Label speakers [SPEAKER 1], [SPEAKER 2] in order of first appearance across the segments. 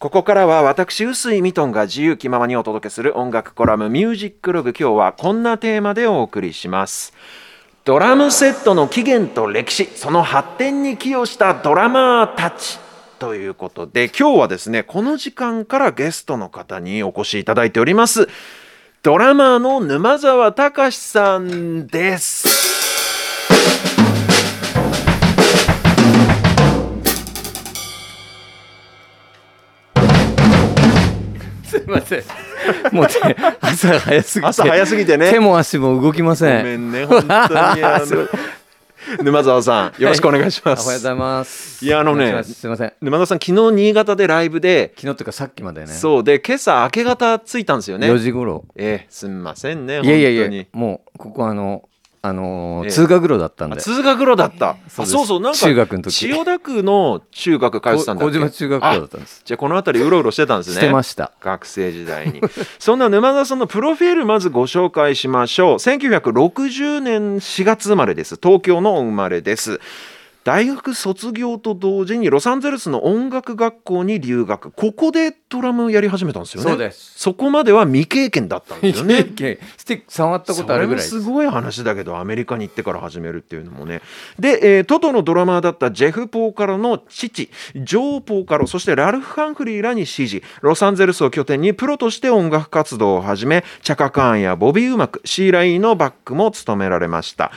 [SPEAKER 1] ここからは私、臼井ミトンが自由気ままにお届けする音楽コラムミュージックログ。今日はこんなテーマでお送りします。ドラムセットの起源と歴史、その発展に寄与したドラマーたち。ということで、今日はですね、この時間からゲストの方にお越しいただいております。ドラマーの沼澤隆さんです。
[SPEAKER 2] すいません。もう手朝早すぎて。
[SPEAKER 1] 朝早すぎてね
[SPEAKER 2] 手も足も動きません。
[SPEAKER 1] ごめんね、本当にあ
[SPEAKER 2] すいま
[SPEAKER 1] の。沼澤さん、よろしくお願いし
[SPEAKER 2] お
[SPEAKER 1] ま
[SPEAKER 2] はようご
[SPEAKER 1] す。
[SPEAKER 2] ざいます。
[SPEAKER 1] いやあのね
[SPEAKER 2] お願いしますすいません。
[SPEAKER 1] 沼田さん昨日新潟でライブで、
[SPEAKER 2] 昨日というかさっきまでね。
[SPEAKER 1] そうで今朝明け方着いたんですよね
[SPEAKER 2] 4時頃。
[SPEAKER 1] ええすんませんね本
[SPEAKER 2] い
[SPEAKER 1] 当
[SPEAKER 2] や
[SPEAKER 1] に
[SPEAKER 2] いやいや、もうここあのあのー
[SPEAKER 1] ええ
[SPEAKER 2] 通学路だったん
[SPEAKER 1] あ
[SPEAKER 2] で。
[SPEAKER 1] 通学路だった
[SPEAKER 2] そう
[SPEAKER 1] あ
[SPEAKER 2] です
[SPEAKER 1] そうそうなんか
[SPEAKER 2] 中学の時
[SPEAKER 1] 千代田区の中学通ってたんだっ
[SPEAKER 2] 小
[SPEAKER 1] け
[SPEAKER 2] 島中学校だったんです。
[SPEAKER 1] じゃあこの辺りうろうろしてたんですね
[SPEAKER 2] してました。
[SPEAKER 1] 学生時代に そんな沼田さんのプロフィールまずご紹介しましょう1960年4月生まれです東京のお生まれです大学卒業と同時にロサンゼルスの音楽学校に留学ここでドラムをやり始めたんですよね
[SPEAKER 2] そうです
[SPEAKER 1] そこまでは未経験だったん ですよね
[SPEAKER 2] スティック触ったことあるぐらいです
[SPEAKER 1] それもすごい話だけどアメリカに行ってから始めるっていうのもねで、えートトのドラマーだったジェフ・ポーカロの父ジョー・ポーカロそしてラルフ・ハンフリーらに支持ロサンゼルスを拠点にプロとして音楽活動を始めチャカ・カーンやボビー・ウマクシーラ・イーのバックも務められました。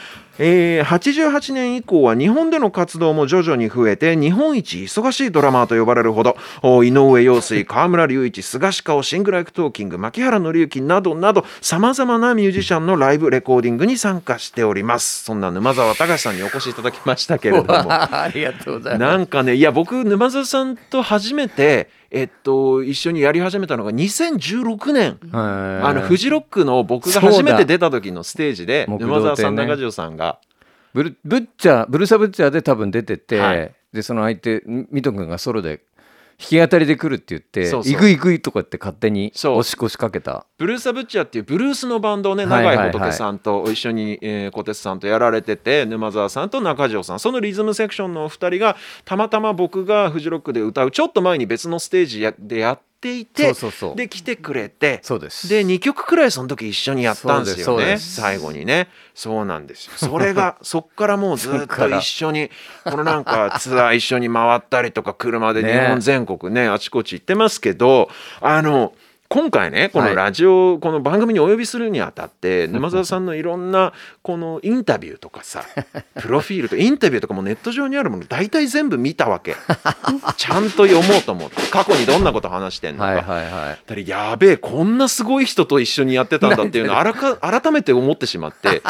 [SPEAKER 1] えー88年以降は日本での活動も徐々に増えて日本一忙しいドラマーと呼ばれるほどお井上陽 水河村隆一菅氏顔シングライクトーキング牧原紀之などなどさまざまなミュージシャンのライブレコーディングに参加しておりますそんな沼澤隆さんにお越しいただきましたけれど も
[SPEAKER 2] ありがとうございま
[SPEAKER 1] な
[SPEAKER 2] す。
[SPEAKER 1] んかねいや僕沼澤さんと初めて、えっと、一緒にやり始めたのが2016年。
[SPEAKER 2] あ
[SPEAKER 1] あのフジロックの僕が初めて出た時のステージで
[SPEAKER 2] そうだ
[SPEAKER 1] 沼澤さん、
[SPEAKER 2] 木道亭ね
[SPEAKER 1] 中条さんが
[SPEAKER 2] ブルブッチャーブルーサブッチャーで多分出てて、
[SPEAKER 1] はい
[SPEAKER 2] でその相手みミト君がソロで弾き語りで来るって言って
[SPEAKER 1] そうそう
[SPEAKER 2] 行く行く」とかって勝手に
[SPEAKER 1] そう
[SPEAKER 2] 押し越しかけた
[SPEAKER 1] ブルーサブッチャーっていうブルースのバンドをね
[SPEAKER 2] はいは
[SPEAKER 1] 永
[SPEAKER 2] い
[SPEAKER 1] 井
[SPEAKER 2] はい
[SPEAKER 1] 仏さんと一緒にえー小鉄さんとやられてて沼澤さんと中条さんそのリズムセクションのお二人がたまたま僕がフジロックで歌うちょっと前に別のステージやでやっていて
[SPEAKER 2] そうそうそう
[SPEAKER 1] で来てくれて
[SPEAKER 2] そうです
[SPEAKER 1] で2曲くらいその時一緒にやったんです
[SPEAKER 2] そ
[SPEAKER 1] よ
[SPEAKER 2] う
[SPEAKER 1] ね
[SPEAKER 2] ですそうです
[SPEAKER 1] 最後にねそうなんです よそれがそっからもうずっと一緒にこのなんかツアー一緒に回ったりとか車で
[SPEAKER 2] ね
[SPEAKER 1] 日本全国ねあちこち行ってますけどあの今回ねこ
[SPEAKER 2] は
[SPEAKER 1] の
[SPEAKER 2] い
[SPEAKER 1] ラジオ、この番組にお呼びするにあたって沼澤さんのいろんなこのインタビューとか さプロフィールとインタビューとかもネット上にあるもの大体全部見たわけちゃんと読もうと思って過去にどんなこと話してんのか、
[SPEAKER 2] はいはいはい
[SPEAKER 1] だからやべえこんなすごい人と一緒にやってたんだっていう のをあらか改めて思ってしまって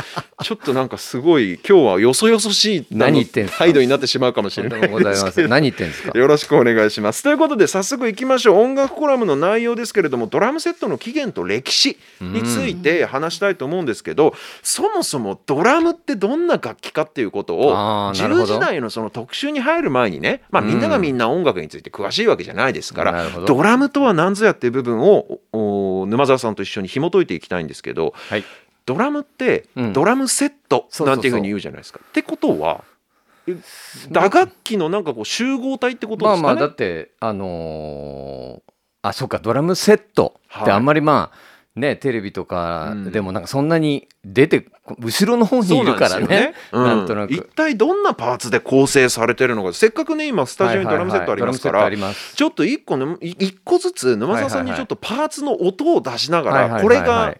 [SPEAKER 1] ちょっとなんかすごい今日はよそよそしい
[SPEAKER 2] 何言ってんすか
[SPEAKER 1] 態度になってしまうかもし
[SPEAKER 2] と
[SPEAKER 1] れ
[SPEAKER 2] んで
[SPEAKER 1] ない
[SPEAKER 2] もござい ません何言ってんですか
[SPEAKER 1] よろしくお願いします。ということで早速いきましょう音楽コラムの内容ですけれどもドラムセットの起源と歴史について話したいと思うんですけど、そもそもドラムってどんな楽器かっていうことを
[SPEAKER 2] あーなるほ
[SPEAKER 1] 10
[SPEAKER 2] ど
[SPEAKER 1] 時代のその特集に入る前にね、まあ、みんながみんな音楽について詳しいわけじゃないですから、
[SPEAKER 2] なるほど
[SPEAKER 1] ドラムとは何ぞやっていう部分をおお沼澤さんと一緒に紐解いていきたいんですけど
[SPEAKER 2] はい
[SPEAKER 1] ドラムって
[SPEAKER 2] うん
[SPEAKER 1] ドラムセット
[SPEAKER 2] そうそうそう
[SPEAKER 1] なんていうふうに言うじゃないですか。ってことはえ打楽器のなんかこう集合体ってこと
[SPEAKER 2] ま
[SPEAKER 1] で
[SPEAKER 2] あ
[SPEAKER 1] す
[SPEAKER 2] ま
[SPEAKER 1] か
[SPEAKER 2] あ
[SPEAKER 1] ね。
[SPEAKER 2] だってあのーあそうかドラムセットってあんまりまあ、ねテレビとか
[SPEAKER 1] うん
[SPEAKER 2] でもなんかそんなに出てこ後ろの方にいるからね
[SPEAKER 1] そう
[SPEAKER 2] な
[SPEAKER 1] なんで
[SPEAKER 2] ん
[SPEAKER 1] す
[SPEAKER 2] と
[SPEAKER 1] よね
[SPEAKER 2] な
[SPEAKER 1] うん、
[SPEAKER 2] く
[SPEAKER 1] 一体どんなパーツで構成されてるのかせっかくね今スタジオにドラムセットありますから、
[SPEAKER 2] はいはいはいドラムセットあります
[SPEAKER 1] ちょっと一個のい一個ずつ沼澤さんに
[SPEAKER 2] はいはいはい
[SPEAKER 1] ちょっとパーツの音を出しなが
[SPEAKER 2] はいはい
[SPEAKER 1] ら
[SPEAKER 2] は
[SPEAKER 1] こ
[SPEAKER 2] い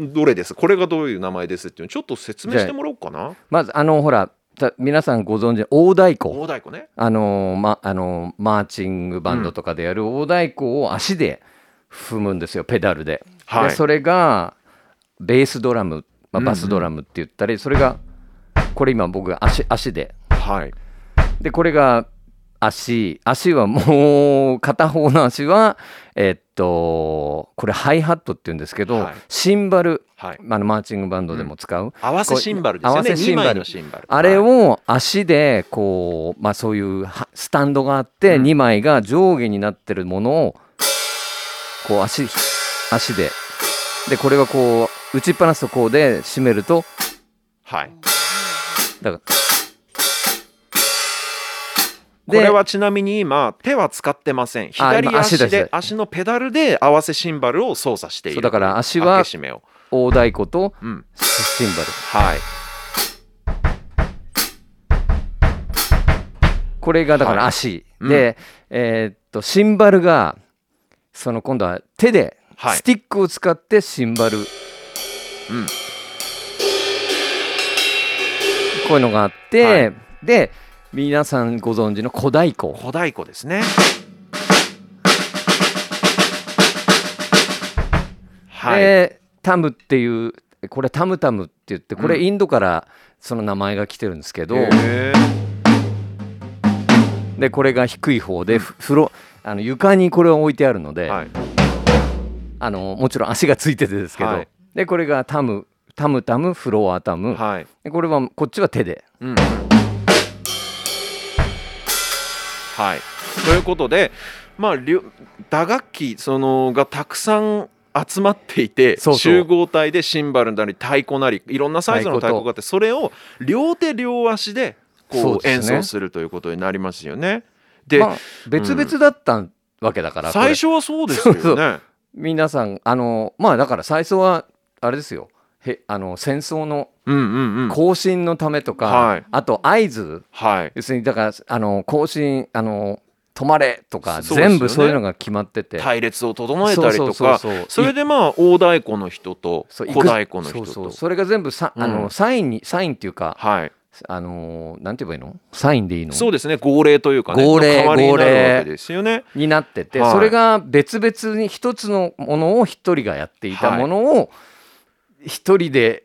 [SPEAKER 1] れがどれですこれがどういう名前ですっていうのをちょっと説明してもらおうかな
[SPEAKER 2] まずあのほらた皆さんご存知大太鼓
[SPEAKER 1] 大太鼓ね
[SPEAKER 2] あのーまあのーマーチングバンドとかでやる大太鼓を足で踏むんですよ、ペダルで,、
[SPEAKER 1] はい
[SPEAKER 2] でそれがベースドラム、
[SPEAKER 1] う
[SPEAKER 2] まあ、
[SPEAKER 1] んうん
[SPEAKER 2] バスドラムって言ったり、それがこれ今僕が足足で
[SPEAKER 1] はい
[SPEAKER 2] でこれが足足はもう片方の足はえっとこれハイハットって言うんですけど、
[SPEAKER 1] はい
[SPEAKER 2] シンバル
[SPEAKER 1] はい
[SPEAKER 2] あのマーチングバンドでも使う、
[SPEAKER 1] 合わせシンバルですよ
[SPEAKER 2] 合わ
[SPEAKER 1] ね
[SPEAKER 2] せシ
[SPEAKER 1] 2
[SPEAKER 2] ンバル
[SPEAKER 1] 枚のシンバル
[SPEAKER 2] あれ
[SPEAKER 1] はい
[SPEAKER 2] を足でこう、まあ、そういうはスタンドがあっ
[SPEAKER 1] う
[SPEAKER 2] て
[SPEAKER 1] ん
[SPEAKER 2] 2枚が上下になってるものをこう足足ででこれはこう打ちっぱなすとこうで締めると
[SPEAKER 1] はい
[SPEAKER 2] だから
[SPEAKER 1] これはちなみに今手は使ってません
[SPEAKER 2] あ
[SPEAKER 1] 左
[SPEAKER 2] 今足
[SPEAKER 1] 足
[SPEAKER 2] です
[SPEAKER 1] で足のペダルで合わせシンバルを操作してい
[SPEAKER 2] そう
[SPEAKER 1] る
[SPEAKER 2] だから足は
[SPEAKER 1] 開け閉めを、
[SPEAKER 2] 大太鼓と
[SPEAKER 1] うん、
[SPEAKER 2] シンバル
[SPEAKER 1] はい
[SPEAKER 2] これがだから足、
[SPEAKER 1] はい
[SPEAKER 2] で、えーっとシンバルがその今度は手で
[SPEAKER 1] はい
[SPEAKER 2] スティックを使ってシンバル、
[SPEAKER 1] うん
[SPEAKER 2] こういうのがあって、
[SPEAKER 1] は
[SPEAKER 2] で皆さんご存知の小太鼓
[SPEAKER 1] 小太鼓ですねはい、
[SPEAKER 2] でタムっていうこれタムタムって言ってこ
[SPEAKER 1] う
[SPEAKER 2] れ
[SPEAKER 1] ん
[SPEAKER 2] インドからその名前が来てるんですけど、
[SPEAKER 1] へ
[SPEAKER 2] でこれが低い方でふ風呂あの床にこれを置いてあるので、
[SPEAKER 1] ーはい
[SPEAKER 2] あのもちろん足がついててですけど、
[SPEAKER 1] はい
[SPEAKER 2] でこれがタムタムタムフロアタム、
[SPEAKER 1] はい
[SPEAKER 2] でこれはこっちは手で
[SPEAKER 1] うんはい、ということで、まあ、りょ打楽器そのがたくさん集まっていて
[SPEAKER 2] そうそう
[SPEAKER 1] 集合体でシンバルなり太鼓なりいろんなサイズの太
[SPEAKER 2] 太
[SPEAKER 1] 鼓
[SPEAKER 2] 鼓と
[SPEAKER 1] があってそれを両手両足で
[SPEAKER 2] そう
[SPEAKER 1] こう
[SPEAKER 2] で
[SPEAKER 1] 演
[SPEAKER 2] すね
[SPEAKER 1] 奏するということになりますよね。で、
[SPEAKER 2] まあ、別々だったわけだから、これ
[SPEAKER 1] 最初はそうですよね。
[SPEAKER 2] そう皆さんあのまあだから最初はあれですよへあの戦争の
[SPEAKER 1] うんうんうん、
[SPEAKER 2] 行進のためとか、
[SPEAKER 1] はい
[SPEAKER 2] あと合図
[SPEAKER 1] はい
[SPEAKER 2] 要するにだからあの行進あの止まれとか、
[SPEAKER 1] そうですよね
[SPEAKER 2] 全部そういうのが決まってて。
[SPEAKER 1] 隊列を整えたりとか
[SPEAKER 2] そう
[SPEAKER 1] そ
[SPEAKER 2] そうそうそう
[SPEAKER 1] れでまあ大太鼓の人と小
[SPEAKER 2] そうい
[SPEAKER 1] 太
[SPEAKER 2] く
[SPEAKER 1] 鼓の人と
[SPEAKER 2] そうそうそれが全部さあの、
[SPEAKER 1] うん
[SPEAKER 2] サインにサインっていうか
[SPEAKER 1] はい、
[SPEAKER 2] あのーなんて言えばいいのサインでいいの
[SPEAKER 1] そうですね号令というかね
[SPEAKER 2] 号令
[SPEAKER 1] 代わりになる
[SPEAKER 2] 号令
[SPEAKER 1] わけですよね。
[SPEAKER 2] になってて、
[SPEAKER 1] はい
[SPEAKER 2] それが別々に一つのものを一人がやっていたものを一人で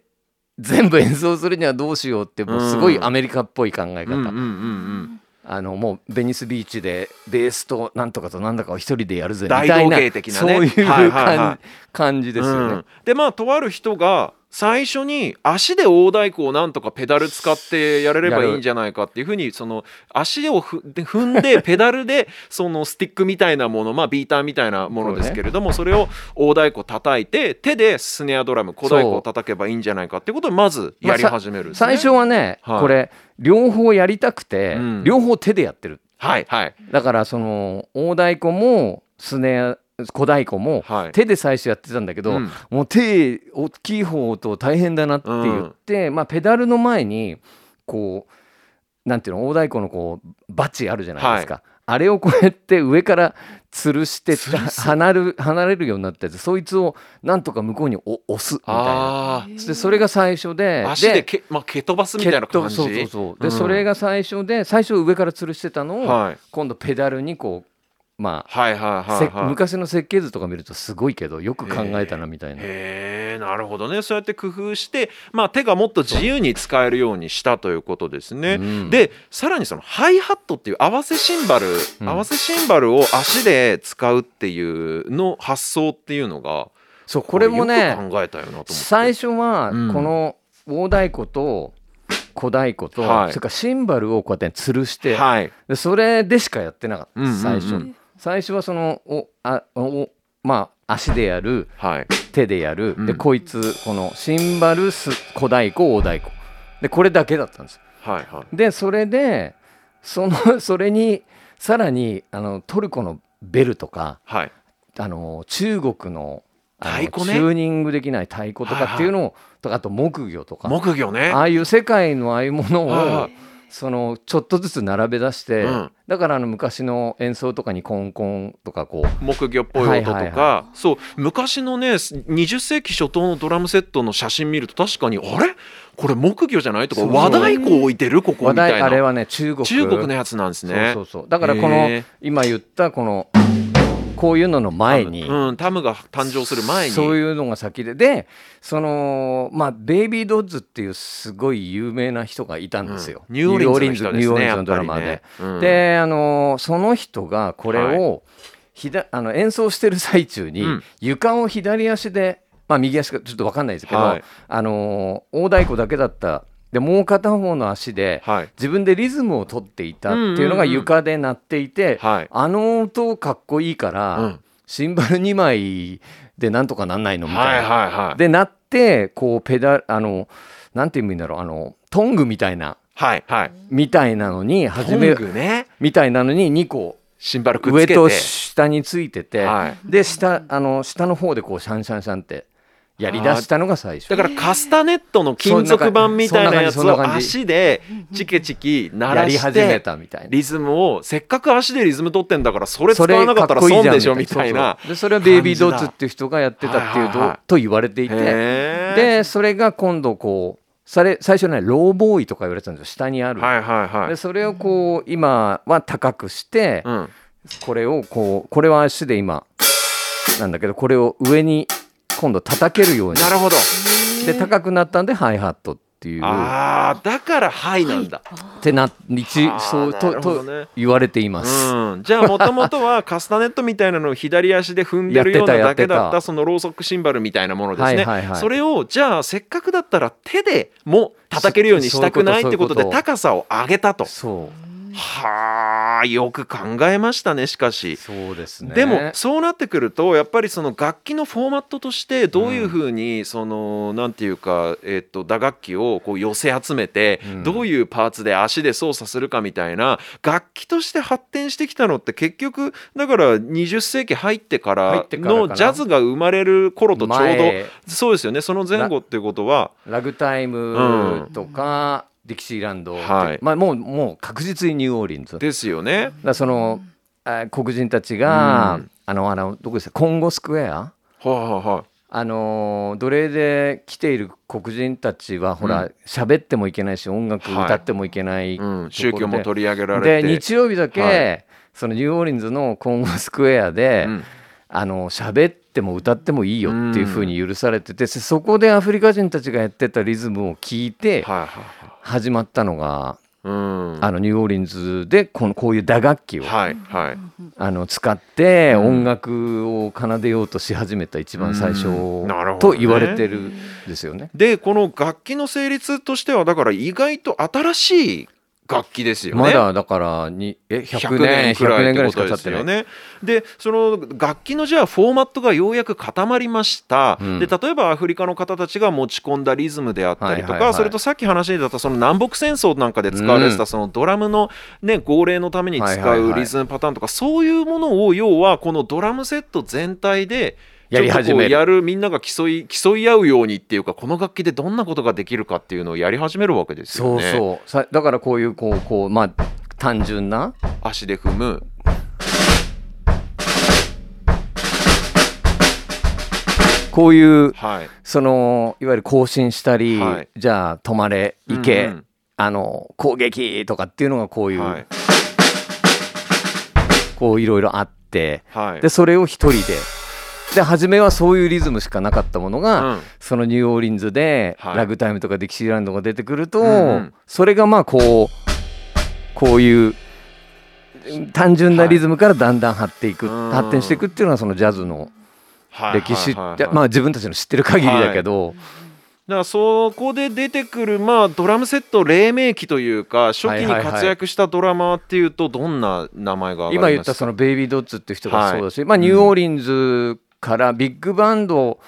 [SPEAKER 2] 全部演奏するにはどうしようってもうすごいアメリカっぽい考
[SPEAKER 1] う
[SPEAKER 2] え方、
[SPEAKER 1] んうんうんうん
[SPEAKER 2] あのもうベニスビーチでベースとなんとかとなんだかを一人でやるぜみた
[SPEAKER 1] 大
[SPEAKER 2] いな
[SPEAKER 1] 道芸的なね
[SPEAKER 2] そういう感,、
[SPEAKER 1] はいはいは
[SPEAKER 2] 感じですよね。
[SPEAKER 1] うんでまあとある人が最初に足で大太鼓をなんとかペダル使ってやれれば
[SPEAKER 2] やる
[SPEAKER 1] いいんじゃないかっていうふうにその足をふで踏 んでペダルでそのスティックみたいなものまあビーターみたいなものですけれどもそれを大太鼓叩いて手でスネアドラム小太鼓を叩けばいいんじゃないかっていうことをまずやり始めるんですね
[SPEAKER 2] 最初はね、
[SPEAKER 1] はい
[SPEAKER 2] これ両方やりたくて、
[SPEAKER 1] うん
[SPEAKER 2] 両方手でやってる
[SPEAKER 1] はいはい
[SPEAKER 2] だからその大太鼓もスネア小太鼓も
[SPEAKER 1] はい
[SPEAKER 2] 手で最初やってたんだけど、
[SPEAKER 1] うん
[SPEAKER 2] もう手大きい方と大変だなって言って、まあ、ペダルの前にこうなんていうの大太鼓のこうバチあるじゃないですか、あれをこうやって上から吊るして
[SPEAKER 1] 吊るす
[SPEAKER 2] 離る離れるようになったやつそいつをなんとか向こうにお押すみたいな
[SPEAKER 1] あー
[SPEAKER 2] そしてそれが最初で
[SPEAKER 1] 足でけまあ蹴飛ばすみたいな感じ
[SPEAKER 2] 蹴っとそうそうそう
[SPEAKER 1] う
[SPEAKER 2] で、
[SPEAKER 1] ん
[SPEAKER 2] それが最初で最初上から吊るしてたのを、
[SPEAKER 1] はい
[SPEAKER 2] 今度ペダルにこうまあ、
[SPEAKER 1] はいはいはい
[SPEAKER 2] せ
[SPEAKER 1] はい
[SPEAKER 2] 昔の設計図とか見るとすごいけどよく考えたなみたいな。
[SPEAKER 1] へえなるほどねそうやって工夫して、まあ、手がもっと自由に使えるようにしたということですね。
[SPEAKER 2] うん
[SPEAKER 1] でさらにそのハイハットっていう合わせシンバル、
[SPEAKER 2] うん
[SPEAKER 1] 合わせシンバルを足で使うっていうの発想っていうのが
[SPEAKER 2] そうこれも
[SPEAKER 1] よく
[SPEAKER 2] ね
[SPEAKER 1] 考えたよなと思って
[SPEAKER 2] 最初は
[SPEAKER 1] うん
[SPEAKER 2] この大太鼓と小太鼓と、
[SPEAKER 1] はい
[SPEAKER 2] それからシンバルをこうやって吊るして、
[SPEAKER 1] はい
[SPEAKER 2] でそれでしかやってなかった、
[SPEAKER 1] うんうんうん
[SPEAKER 2] 最初最初はそのおあおまあ足でやる
[SPEAKER 1] はい
[SPEAKER 2] 手でやる、
[SPEAKER 1] う
[SPEAKER 2] で
[SPEAKER 1] ん
[SPEAKER 2] こいつこのシンバルす小太鼓大太鼓でこれだけだったんです
[SPEAKER 1] はいはい
[SPEAKER 2] でそれでその それにさらにあのトルコのベルとか
[SPEAKER 1] はい
[SPEAKER 2] あの中国のあの
[SPEAKER 1] 太鼓ね
[SPEAKER 2] チューニングできない太鼓とかっていうのを、とかあと木魚とか
[SPEAKER 1] 木魚ね
[SPEAKER 2] ああいう世界のああいうものを、
[SPEAKER 1] はいはい
[SPEAKER 2] そのちょっとずつ並べ出して、
[SPEAKER 1] うん
[SPEAKER 2] だからあの昔の演奏とかにコンコンとかこう
[SPEAKER 1] 木魚っぽい音とか、
[SPEAKER 2] はいはいは
[SPEAKER 1] そう昔のね20世紀初頭のドラムセットの写真見ると確かにあれこれ木魚じゃないとか
[SPEAKER 2] そう
[SPEAKER 1] 和太鼓置いてるここ
[SPEAKER 2] 話
[SPEAKER 1] みたい
[SPEAKER 2] 題
[SPEAKER 1] な
[SPEAKER 2] あれはね中国
[SPEAKER 1] 中国のやつなんですね。
[SPEAKER 2] そうそうそうだからこの、
[SPEAKER 1] へー
[SPEAKER 2] 今言ったこのこういうのの前に、
[SPEAKER 1] うん、タムが誕生する前に。
[SPEAKER 2] そう
[SPEAKER 1] う
[SPEAKER 2] いうのが先ででそのまあベイビー・ドッズっていうすごい有名な人がいたんですよ、
[SPEAKER 1] んニューオリンズの人ですね
[SPEAKER 2] ニューオリンズのドラマ
[SPEAKER 1] やっ
[SPEAKER 2] で、
[SPEAKER 1] ぱりねうん
[SPEAKER 2] であのその人がこれを、ひだあの演奏してる最中に、
[SPEAKER 1] うん
[SPEAKER 2] 床を左足でまあ右足かちょっと分かんないですけど、
[SPEAKER 1] はい
[SPEAKER 2] あの大太鼓だけだったでもう片方の足で
[SPEAKER 1] はい
[SPEAKER 2] 自分でリズムを取っていたっていうのが床で鳴っていて、
[SPEAKER 1] はい。
[SPEAKER 2] あの音かっこいいから、
[SPEAKER 1] うん
[SPEAKER 2] シンバル2枚でなんとかなんないのみたいな。
[SPEAKER 1] はいはいはい。
[SPEAKER 2] でなってこうペダルあのなんていうんだろうあのトングみたいな
[SPEAKER 1] はいはい
[SPEAKER 2] みたいなのに始め
[SPEAKER 1] トングね
[SPEAKER 2] みたいなのに2個
[SPEAKER 1] シンバルくっつ
[SPEAKER 2] 上
[SPEAKER 1] けて
[SPEAKER 2] と下についてて、
[SPEAKER 1] はい
[SPEAKER 2] で下あの下の方でこうシャンシャンシャンってやりだしたのが最初
[SPEAKER 1] だからカスタネットの金属板みたいなやつ
[SPEAKER 2] そんな
[SPEAKER 1] を
[SPEAKER 2] 感じ
[SPEAKER 1] 足でチキチキ鳴
[SPEAKER 2] や
[SPEAKER 1] ら
[SPEAKER 2] り
[SPEAKER 1] し
[SPEAKER 2] 始め
[SPEAKER 1] て
[SPEAKER 2] たみたいな。
[SPEAKER 1] リズムをせっかく足でリズム取ってんだからそれ使わなかったら損でしょみたいな
[SPEAKER 2] そ。うそうでそれはベイビー・ドッツっていう人がやってたってい
[SPEAKER 1] は
[SPEAKER 2] う
[SPEAKER 1] いはいはい
[SPEAKER 2] とと言われていて
[SPEAKER 1] で
[SPEAKER 2] でそれが今度こうされ最初ねローボーイとか言われてたんですよ下にある、
[SPEAKER 1] はいはいは
[SPEAKER 2] で
[SPEAKER 1] い。
[SPEAKER 2] それをこう今は高くして、
[SPEAKER 1] うん
[SPEAKER 2] これをこうこれは足で今なんだけどこれを上に今度叩けるように
[SPEAKER 1] なるほど。
[SPEAKER 2] で高くなったんでハイハットっていうっ
[SPEAKER 1] ああだからはいなんだ。
[SPEAKER 2] てな一
[SPEAKER 1] あー
[SPEAKER 2] そう
[SPEAKER 1] な
[SPEAKER 2] と
[SPEAKER 1] るほど
[SPEAKER 2] と
[SPEAKER 1] ね
[SPEAKER 2] 言われています。
[SPEAKER 1] うん、じゃあもともとはカスタネットみたいなのを左足で踏んでるようなだ
[SPEAKER 2] やっ
[SPEAKER 1] け
[SPEAKER 2] てたやってた
[SPEAKER 1] だったそのローソクシンバルみたいなものですね、
[SPEAKER 2] はいはいはい
[SPEAKER 1] それをじゃあせっかくだったら手でも叩けるようにしたくないっ
[SPEAKER 2] そう
[SPEAKER 1] て
[SPEAKER 2] いう
[SPEAKER 1] こ
[SPEAKER 2] ことと
[SPEAKER 1] で
[SPEAKER 2] そういうこと
[SPEAKER 1] 高さを上げたと
[SPEAKER 2] そう
[SPEAKER 1] はあよく考えましたねしかし。
[SPEAKER 2] そうですね。
[SPEAKER 1] でもそうなってくるとやっぱりその楽器のフォーマットとしてどういうふうにそのなんていうかえっと打楽器をこう寄せ集めて
[SPEAKER 2] うん
[SPEAKER 1] どういうパーツで足で操作するかみたいな楽器として発展してきたのって結局だから20世紀入ってか
[SPEAKER 2] 入
[SPEAKER 1] ら
[SPEAKER 2] ってからかな
[SPEAKER 1] のジャズが生まれる頃とちょう
[SPEAKER 2] 前
[SPEAKER 1] どそうですよねその前後っていうことは
[SPEAKER 2] ラグタイムとか、ディキシーランド、
[SPEAKER 1] はい
[SPEAKER 2] まあもうもう確実にニューオーリンズ。だか
[SPEAKER 1] ですよね。
[SPEAKER 2] らその、あ黒人たちが、
[SPEAKER 1] うん
[SPEAKER 2] あのあのどこですかコンゴスクエア
[SPEAKER 1] はいはいはい
[SPEAKER 2] あの奴隷で来ている黒人たちはほ
[SPEAKER 1] う
[SPEAKER 2] ら喋、ってもいけないし音楽
[SPEAKER 1] はい
[SPEAKER 2] 歌ってもいけない、
[SPEAKER 1] うん、宗教も取り上げられて。
[SPEAKER 2] で日曜日だけ、
[SPEAKER 1] は
[SPEAKER 2] そのニューオーリンズのコンゴスクエアで、
[SPEAKER 1] うん
[SPEAKER 2] あの喋っても歌ってもいいよっていう風に許されてて、そこでアフリカ人たちがやってたリズムを聞いて
[SPEAKER 1] はいはいはい
[SPEAKER 2] 始まったのが、
[SPEAKER 1] うん
[SPEAKER 2] あのニューオーリンズでこのこういう打楽器を、
[SPEAKER 1] はいはい
[SPEAKER 2] あの使って
[SPEAKER 1] うん
[SPEAKER 2] 音楽を奏でようとし始めた一番最初
[SPEAKER 1] うんなるほど
[SPEAKER 2] と
[SPEAKER 1] ね
[SPEAKER 2] 言われてるんですよね。
[SPEAKER 1] でこの楽器の成立としてはだから意外と新しい楽器ですよね。
[SPEAKER 2] まだだからにえ100年100年ぐらいしか経ってない。
[SPEAKER 1] ね。でその楽器のじゃあフォーマットがようやく固まりました、
[SPEAKER 2] うん
[SPEAKER 1] で例えばアフリカの方たちが持ち込んだリズムであったりとか、
[SPEAKER 2] はいはいはい
[SPEAKER 1] それとさっき話に出たその南北戦争なんかで使われて
[SPEAKER 2] う
[SPEAKER 1] た
[SPEAKER 2] ん
[SPEAKER 1] そのドラムの、ね、号令のために使
[SPEAKER 2] はいはいうはい
[SPEAKER 1] リズムパターンとか、そういうものを要はこのドラムセット全体で
[SPEAKER 2] やり始める
[SPEAKER 1] ちょっとこうやるみんなが競い競い合うようにっていうかこの楽器でどんなことができるかっていうのをやり始めるわけですよ
[SPEAKER 2] そう
[SPEAKER 1] ね。
[SPEAKER 2] そうさだからこういうこうこうまあ単純な
[SPEAKER 1] 足で踏む
[SPEAKER 2] こういう
[SPEAKER 1] はい
[SPEAKER 2] そのいわゆる更新したり、
[SPEAKER 1] はい
[SPEAKER 2] じゃあ止まれ行け、
[SPEAKER 1] うんうん
[SPEAKER 2] あの攻撃とかっていうのがこういう、
[SPEAKER 1] はい
[SPEAKER 2] こういろいろあって
[SPEAKER 1] はい
[SPEAKER 2] でそれを一人でで初めはそういうリズムしかなかったものが、
[SPEAKER 1] うん
[SPEAKER 2] そのニューオーリンズで、
[SPEAKER 1] はい
[SPEAKER 2] ラグタイムとかディキシーランドが出てくると、
[SPEAKER 1] うんうん
[SPEAKER 2] それがまあこうこういう単純なリズムからだんだん発っていく、
[SPEAKER 1] うん
[SPEAKER 2] 発展していくっていうのはそのジャズの歴
[SPEAKER 1] はいは
[SPEAKER 2] 史、
[SPEAKER 1] いはいはい
[SPEAKER 2] じゃまあ自分たちの知ってる限りだけど、
[SPEAKER 1] だからそこで出てくる、まあ、ドラムセット黎明期というか初期
[SPEAKER 2] はい
[SPEAKER 1] に
[SPEAKER 2] はいはい
[SPEAKER 1] 活躍したドラマーっていうとどんな名前が上が
[SPEAKER 2] 今
[SPEAKER 1] り
[SPEAKER 2] 言っ
[SPEAKER 1] ま
[SPEAKER 2] た
[SPEAKER 1] す
[SPEAKER 2] そ
[SPEAKER 1] か
[SPEAKER 2] のベイビー・ドッツっていう人
[SPEAKER 1] は
[SPEAKER 2] が
[SPEAKER 1] い
[SPEAKER 2] そうだし、まあ、ニューオーリンズからビッグバンド、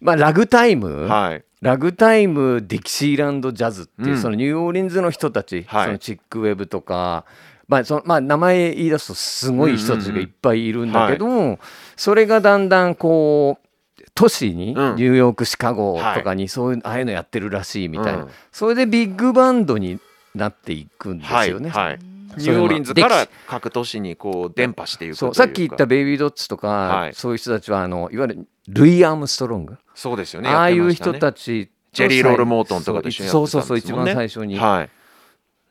[SPEAKER 2] まあ、ラグタイム、
[SPEAKER 1] はい
[SPEAKER 2] ラグタイムディキシーランド・ジャズっていう、
[SPEAKER 1] うん
[SPEAKER 2] そのニューオーリンズの人たち、
[SPEAKER 1] はい
[SPEAKER 2] そのチックウェブとか、まあそのまあ、名前言い出すとすごい人たちがいっぱいいるんだけど、それがだんだんこう都市に、
[SPEAKER 1] うん
[SPEAKER 2] ニューヨークシカゴとかにそういう、ああいうのやってるらしいみたいな、
[SPEAKER 1] うん
[SPEAKER 2] それでビッグバンドになっていくんです
[SPEAKER 1] はい、
[SPEAKER 2] よね。
[SPEAKER 1] はい、ニ
[SPEAKER 2] それ
[SPEAKER 1] ュー
[SPEAKER 2] も
[SPEAKER 1] オーリンズか
[SPEAKER 2] で
[SPEAKER 1] ら
[SPEAKER 2] き
[SPEAKER 1] 各都市にこう伝播していくとい
[SPEAKER 2] そうう
[SPEAKER 1] か
[SPEAKER 2] さっき言ったベイビー・ドッツとか、
[SPEAKER 1] はい
[SPEAKER 2] そういう人たちはあのいわゆるルイ・アームストロング、
[SPEAKER 1] そうですよね
[SPEAKER 2] ああいう人
[SPEAKER 1] ち
[SPEAKER 2] たちと
[SPEAKER 1] ジェリーロールモートンとかと一緒にやってたん
[SPEAKER 2] そう
[SPEAKER 1] ですも
[SPEAKER 2] そ
[SPEAKER 1] ん
[SPEAKER 2] う
[SPEAKER 1] ね
[SPEAKER 2] そう一番最初に、
[SPEAKER 1] はい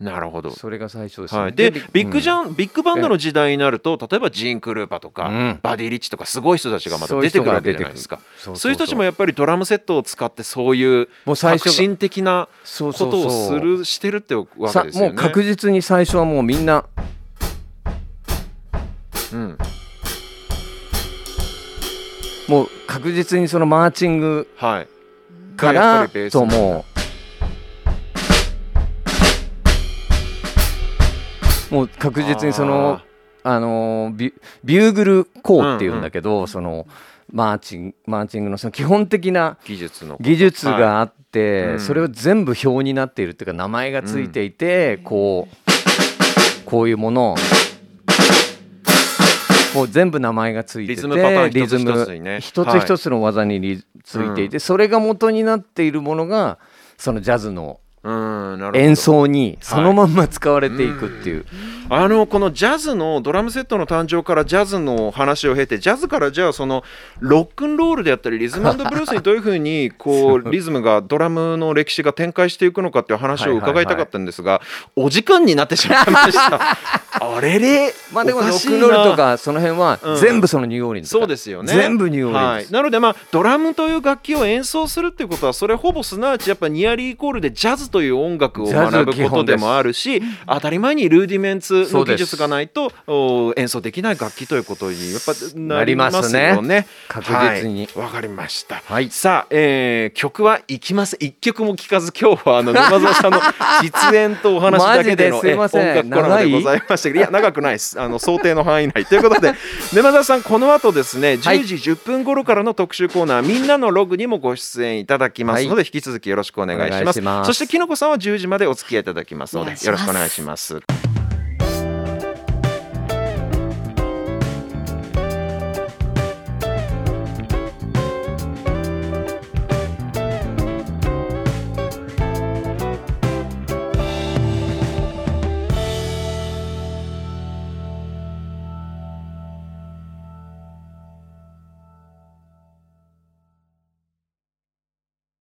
[SPEAKER 1] なるほど
[SPEAKER 2] それが最初ですね、
[SPEAKER 1] はい、でビッグジ
[SPEAKER 2] ン
[SPEAKER 1] ャン、ビッグバンドの時代になると例えばジーン・クルーパーとか、
[SPEAKER 2] うん
[SPEAKER 1] バディ・リッチとかすごい人たちがまた出てくるわけじゃないですかそういう人たちもやっぱりドラムセットを使ってそういう
[SPEAKER 2] もう最初
[SPEAKER 1] 革
[SPEAKER 2] が
[SPEAKER 1] 新的な
[SPEAKER 2] そう
[SPEAKER 1] こ
[SPEAKER 2] そう
[SPEAKER 1] とを
[SPEAKER 2] そう
[SPEAKER 1] するしてるってわけです
[SPEAKER 2] さも
[SPEAKER 1] よ
[SPEAKER 2] う
[SPEAKER 1] ね。
[SPEAKER 2] 確実に最初はもうみんな
[SPEAKER 1] うん
[SPEAKER 2] もう確実にそのマーチング
[SPEAKER 1] はい、や
[SPEAKER 2] か
[SPEAKER 1] っぱ
[SPEAKER 2] ら
[SPEAKER 1] りベース
[SPEAKER 2] ともうもう確実にそのあのビュビューグルコーっていうんだけど、そのマーチンマーチングのその基本的な
[SPEAKER 1] 技術の
[SPEAKER 2] 技術があって、
[SPEAKER 1] はいうん
[SPEAKER 2] それを全部表になっているっていうか名前がついていて、こうこういうものをこう全部名前がついてて
[SPEAKER 1] リズムパターン一つ一つにね
[SPEAKER 2] リズム一つ一つの技にリついていて、それが元になっているものがそのジャズの
[SPEAKER 1] うんなるほど
[SPEAKER 2] 演奏にそのまんま使われていくっていう、
[SPEAKER 1] あのこのジャズのドラムセットの誕生からジャズの話を経てジャズからじゃあそのロックンロールであったりリズムブルースにどういうふうにこうリズムがドラムの歴史が展開していくのかっていう話を伺いたかったんですが、お時間になってしまいました あれれ
[SPEAKER 2] まあでも
[SPEAKER 1] お
[SPEAKER 2] ロ
[SPEAKER 1] か
[SPEAKER 2] ッ
[SPEAKER 1] しい
[SPEAKER 2] ク
[SPEAKER 1] な
[SPEAKER 2] ンロールとかその辺は
[SPEAKER 1] うん
[SPEAKER 2] 全部そのニューオーリンズとか
[SPEAKER 1] そうですよね
[SPEAKER 2] 全部ニューオーリンズ
[SPEAKER 1] はい、なのでまあドラムという楽器を演奏するっていうことはそれほぼすなわちやっぱニアリーイコールでジャズという音楽を学ぶ
[SPEAKER 2] ジャズ基
[SPEAKER 1] こと
[SPEAKER 2] 本
[SPEAKER 1] で
[SPEAKER 2] です
[SPEAKER 1] もある し当たり前にルーディメンツ
[SPEAKER 2] そ
[SPEAKER 1] の
[SPEAKER 2] うで
[SPEAKER 1] 技
[SPEAKER 2] す
[SPEAKER 1] 術がないとお演奏できない楽器ということにやっぱな
[SPEAKER 2] な
[SPEAKER 1] り
[SPEAKER 2] り
[SPEAKER 1] ま
[SPEAKER 2] ますす
[SPEAKER 1] よ
[SPEAKER 2] ね
[SPEAKER 1] ね。
[SPEAKER 2] 確実に
[SPEAKER 1] はいわ、かりました。
[SPEAKER 2] はい
[SPEAKER 1] さあ、えー曲はいきます一曲も聴かず今日はあの沼澤さんの実演とお話だけ での
[SPEAKER 2] マジですいません
[SPEAKER 1] え音楽コラムでございましたけどいや長くないですあの想定の範囲内ということ で沼澤さんこの後ですね
[SPEAKER 2] はい
[SPEAKER 1] 10時10分頃からの特集コーナー、みんなのログにもご出演いただきますので、引き続きよろしくお願いします
[SPEAKER 2] お願いします
[SPEAKER 1] そしてきのこさんは10時までお付き合いいただきますの
[SPEAKER 3] お
[SPEAKER 1] で
[SPEAKER 3] 願いし
[SPEAKER 1] よろ
[SPEAKER 3] ます
[SPEAKER 1] しくお願いします